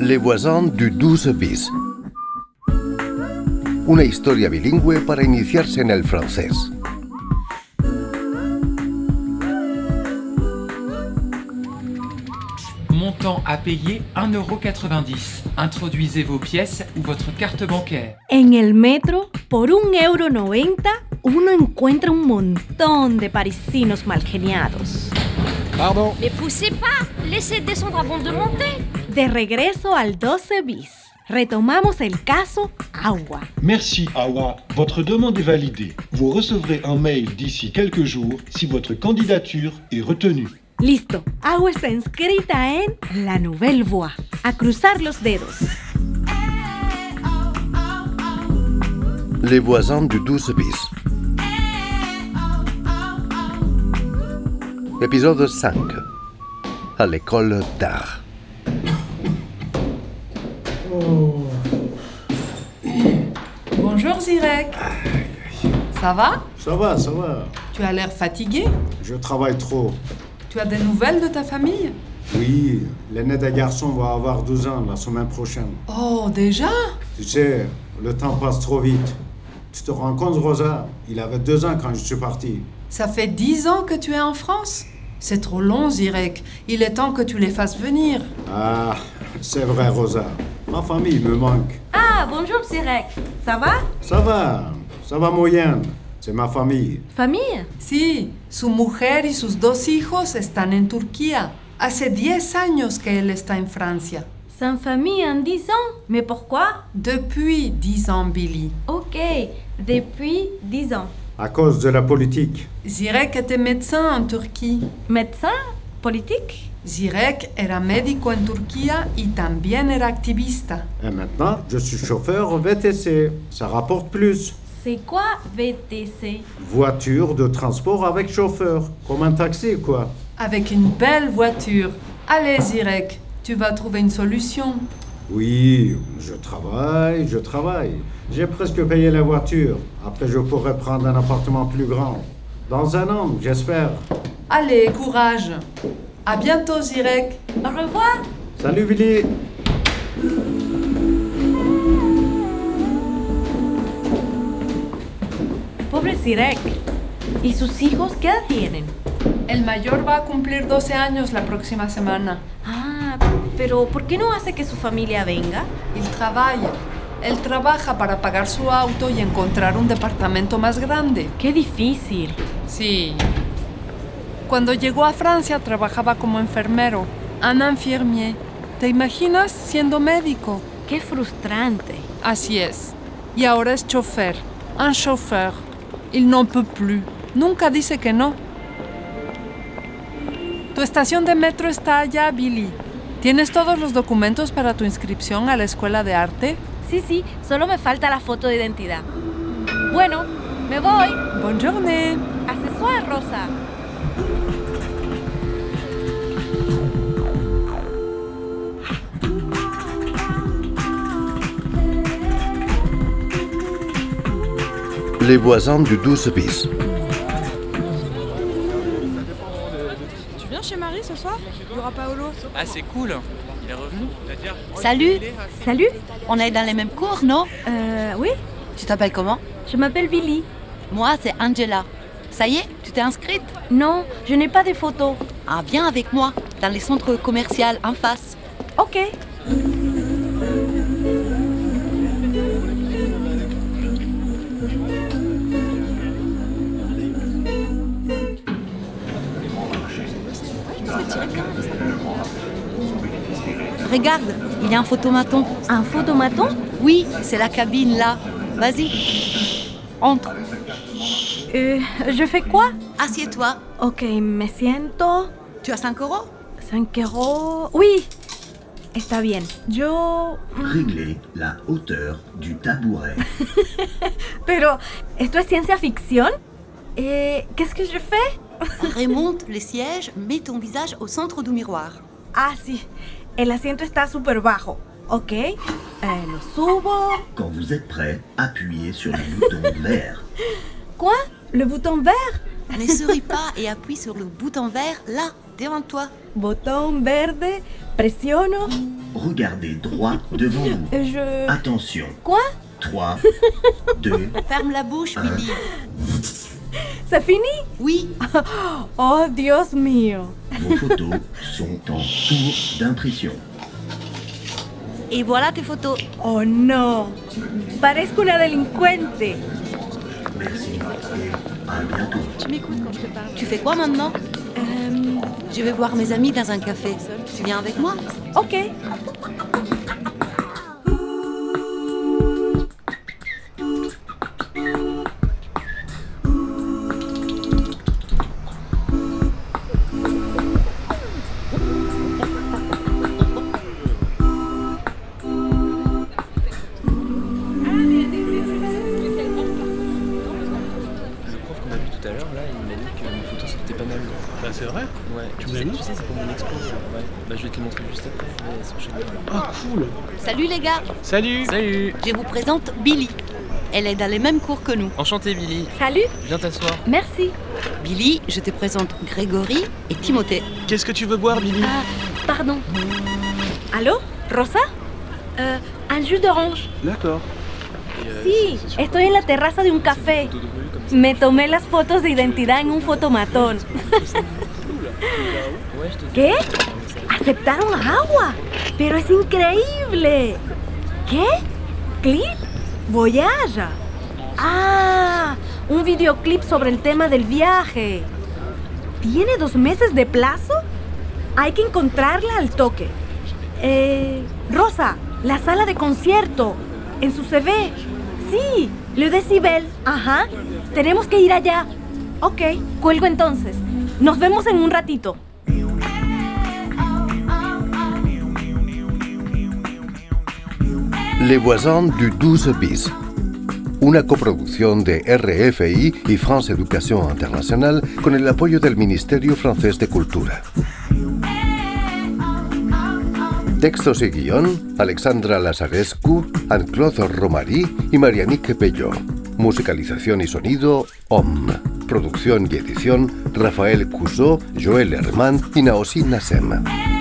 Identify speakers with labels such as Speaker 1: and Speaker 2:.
Speaker 1: Les voisins du 12 bis. Una historia bilingüe para iniciarse en el francés.
Speaker 2: Montant à payer 1,90€. Introduisez vos pièces ou votre carte bancaire.
Speaker 3: En el metro, por un euro noventa, uno encuentra un montón de parisinos malgeniados.
Speaker 4: Pardon,
Speaker 5: Mais poussez pas Laissez descendre avant de monter
Speaker 3: De regreso al 12 bis, retomamos el caso Agua.
Speaker 6: Merci, Awa. Votre demande est validée. Vous recevrez un mail d'ici quelques jours si votre candidature est retenue.
Speaker 3: Listo, Agua está inscrita en La Nouvelle Voie. A cruzar los dedos.
Speaker 1: Les voisins du 12 bis. Épisode 5. À l'école d'art.
Speaker 7: Bonjour Zirek. Ça va
Speaker 8: Ça va, ça va.
Speaker 7: Tu as l'air fatigué
Speaker 8: Je travaille trop.
Speaker 7: Tu as des nouvelles de ta famille
Speaker 8: Oui, l'aîné des garçons va avoir 12 ans la semaine prochaine.
Speaker 7: Oh, déjà
Speaker 8: Tu sais, le temps passe trop vite. Tu te rends compte, Rosa Il avait deux ans quand je suis parti.
Speaker 7: Ça fait dix ans que tu es en France C'est trop long Zirek. Il est temps que tu les fasses venir.
Speaker 8: Ah, c'est vrai, Rosa. Ma famille me manque.
Speaker 3: Ah, bonjour Sirek. ¿Ça va?
Speaker 8: Ça va, ça va moyen. C'est ma famille.
Speaker 3: Familia.
Speaker 7: Sí, su mujer y sus dos hijos están en Turquía. Hace 10 años que él está en Francia.
Speaker 3: Sans famille en 10 ans. Mais pourquoi?
Speaker 7: Depuis 10 ans, Billy.
Speaker 3: Ok, depuis 10 ans.
Speaker 8: À cause de la politique.
Speaker 7: Zirek était médecin en Turquía.
Speaker 3: Médecin? Politique?
Speaker 7: Zirek era médico en Turquía y también era activista.
Speaker 8: Et maintenant, je suis chauffeur VTC. Ça rapporte plus.
Speaker 3: C'est quoi VTC?
Speaker 8: Voiture de transport avec chauffeur. Comme un taxi, quoi.
Speaker 7: Avec une belle voiture. Allez, Zirek, tu vas trouver une solution.
Speaker 8: Oui, je travaille, je travaille. J'ai presque payé la voiture. Après, je pourrai prendre un appartement plus grand. Dans un an, j'espère.
Speaker 7: Allez, courage. À bientôt, Zirek.
Speaker 3: Au revoir.
Speaker 8: Salut, Billy.
Speaker 3: Pobre Sirek. ¿Y sus hijos qué edad tienen?
Speaker 7: El mayor va a cumplir 12 años la próxima semana.
Speaker 3: Ah, pero ¿por qué no hace que su familia venga?
Speaker 7: Il trabaja. Él trabaja para pagar su auto y encontrar un departamento más grande.
Speaker 3: Qué difícil.
Speaker 7: Sí. Cuando llegó a Francia trabajaba como enfermero, un infirmier. ¿Te imaginas siendo médico?
Speaker 3: Qué frustrante.
Speaker 7: Así es. Y ahora es chofer, un chofer. Il n'en peut plus. Nunca dice que no. Tu estación de metro está allá, Billy. ¿Tienes todos los documentos para tu inscripción a la escuela de arte?
Speaker 3: Sí, sí, solo me falta la foto de identidad. Bueno, me voy.
Speaker 7: Bonjourne.
Speaker 3: Asesor, Rosa.
Speaker 1: Les voisins du 12 bis.
Speaker 9: Tu viens chez Marie ce soir Il y aura Paolo
Speaker 2: Ah, c'est cool. Il est revenu.
Speaker 10: Salut,
Speaker 3: Salut.
Speaker 10: on est dans les mêmes cours, non
Speaker 3: Euh, oui,
Speaker 10: Tu t'appelles comment
Speaker 3: je m'appelle Billy.
Speaker 10: Moi, c'est Angela. Ça y est, tu t'es inscrite
Speaker 3: Non, je n'ai pas de photo.
Speaker 10: Ah, viens avec moi, dans les centres commerciaux en face.
Speaker 3: Ok.
Speaker 10: Regarde, il y a un photomaton.
Speaker 3: Un photomaton
Speaker 10: Oui, c'est la cabine là. Vas-y, entre.
Speaker 3: euh, Je fais quoi
Speaker 10: Assieds-toi.
Speaker 3: Ok, me siento.
Speaker 10: Tu as 5 euros
Speaker 3: 5 euros. Oui, está bien. Yo.
Speaker 11: Régler la hauteur du tabouret.
Speaker 3: Pero, ¿esto es ciencia ficción? Eh, ¿Qu'est-ce que je fais
Speaker 10: Remonte les sièges, mets ton visage au centre du miroir.
Speaker 3: Ah, sí. El asiento está súper bajo. Ok. eh, lo subo.
Speaker 11: Quand vous êtes prêt, appuyez sur le bouton vert.
Speaker 3: Quoi Le bouton vert
Speaker 10: Ne souris pas et appuie sur le bouton vert là, devant toi.
Speaker 3: Botón verde. Presiono. Eh,
Speaker 11: Regardez droit devant vous.
Speaker 10: Je.
Speaker 11: Ah, Attention.
Speaker 3: Quoi
Speaker 11: 3, 2,
Speaker 10: Ferme la bouche, Willy.
Speaker 3: C'est fini
Speaker 10: Oui,
Speaker 3: Oh, Dios mío.
Speaker 11: vos photos sont en cours d'impression.
Speaker 10: et voilà tes photos.
Speaker 3: Oh no. Parezco una delincuente.
Speaker 11: Merci et à bientôt.
Speaker 9: Tu m'écoutes quand je te parle.
Speaker 10: Tu fais quoi maintenant
Speaker 3: Euh,
Speaker 10: Je vais voir mes amis dans un café. Tu viens avec moi
Speaker 3: ok.
Speaker 4: Le prof qu'on a vu tout à l'heure, là, il m'a dit que mes photos c'était pas mal.
Speaker 12: Bah c'est vrai
Speaker 4: Ouais,
Speaker 12: Tu
Speaker 4: tu
Speaker 12: me l'as
Speaker 4: sais,
Speaker 12: mis
Speaker 4: tu sais, c'est pour mon expo. Ouais. Bah, je vais te les montrer juste après. mais elles sont géniales.
Speaker 12: Ah cool
Speaker 10: Salut les gars,
Speaker 12: Salut
Speaker 4: Salut
Speaker 10: je vous présente Billy. Elle est dans les mêmes cours que nous.
Speaker 4: Enchanté, Billy.
Speaker 3: Salut.
Speaker 4: Viens t'asseoir.
Speaker 3: Merci.
Speaker 10: Billy, je te présente Grégory et Timothée.
Speaker 12: Qu'est-ce que tu veux boire Billy
Speaker 3: Ah, pardon. Allô, Rosa? Euh, un jus d'orange.
Speaker 12: D'accord.
Speaker 4: Et, euh,
Speaker 3: Eh, Sí,
Speaker 4: c'est- c'est
Speaker 3: estoy en la terraza de un café.
Speaker 4: sur- photo de rue, comme ça.
Speaker 3: Me tomé las fotos de identidad en un fotomatón.
Speaker 4: Ouais, je te dis.
Speaker 3: ¿Qué? Aceptaron agua. Pero es increíble. ¿Qué? ¿Clip? Voyage. Ah, un videoclip sobre el tema del viaje. ¿Tiene dos meses de plazo? Hay que encontrarla al toque. Eh, Rosa, la sala de concierto. En su CV. Sí, Le Decibel. Ajá. Tenemos que ir allá. Ok, cuelgo entonces. Nos vemos en un ratito.
Speaker 1: Les voisins du 12 bis. Una coproducción de RFI y France Education Internacional con el apoyo del Ministerio Francés de Cultura. Textos y guión, Alexandra Lazarescu, Anne-Claude Romary y Marianique Pello. Musicalización y sonido, OM. Producción y edición, Rafael Cusó, Joel Herman y Naosin Nassem.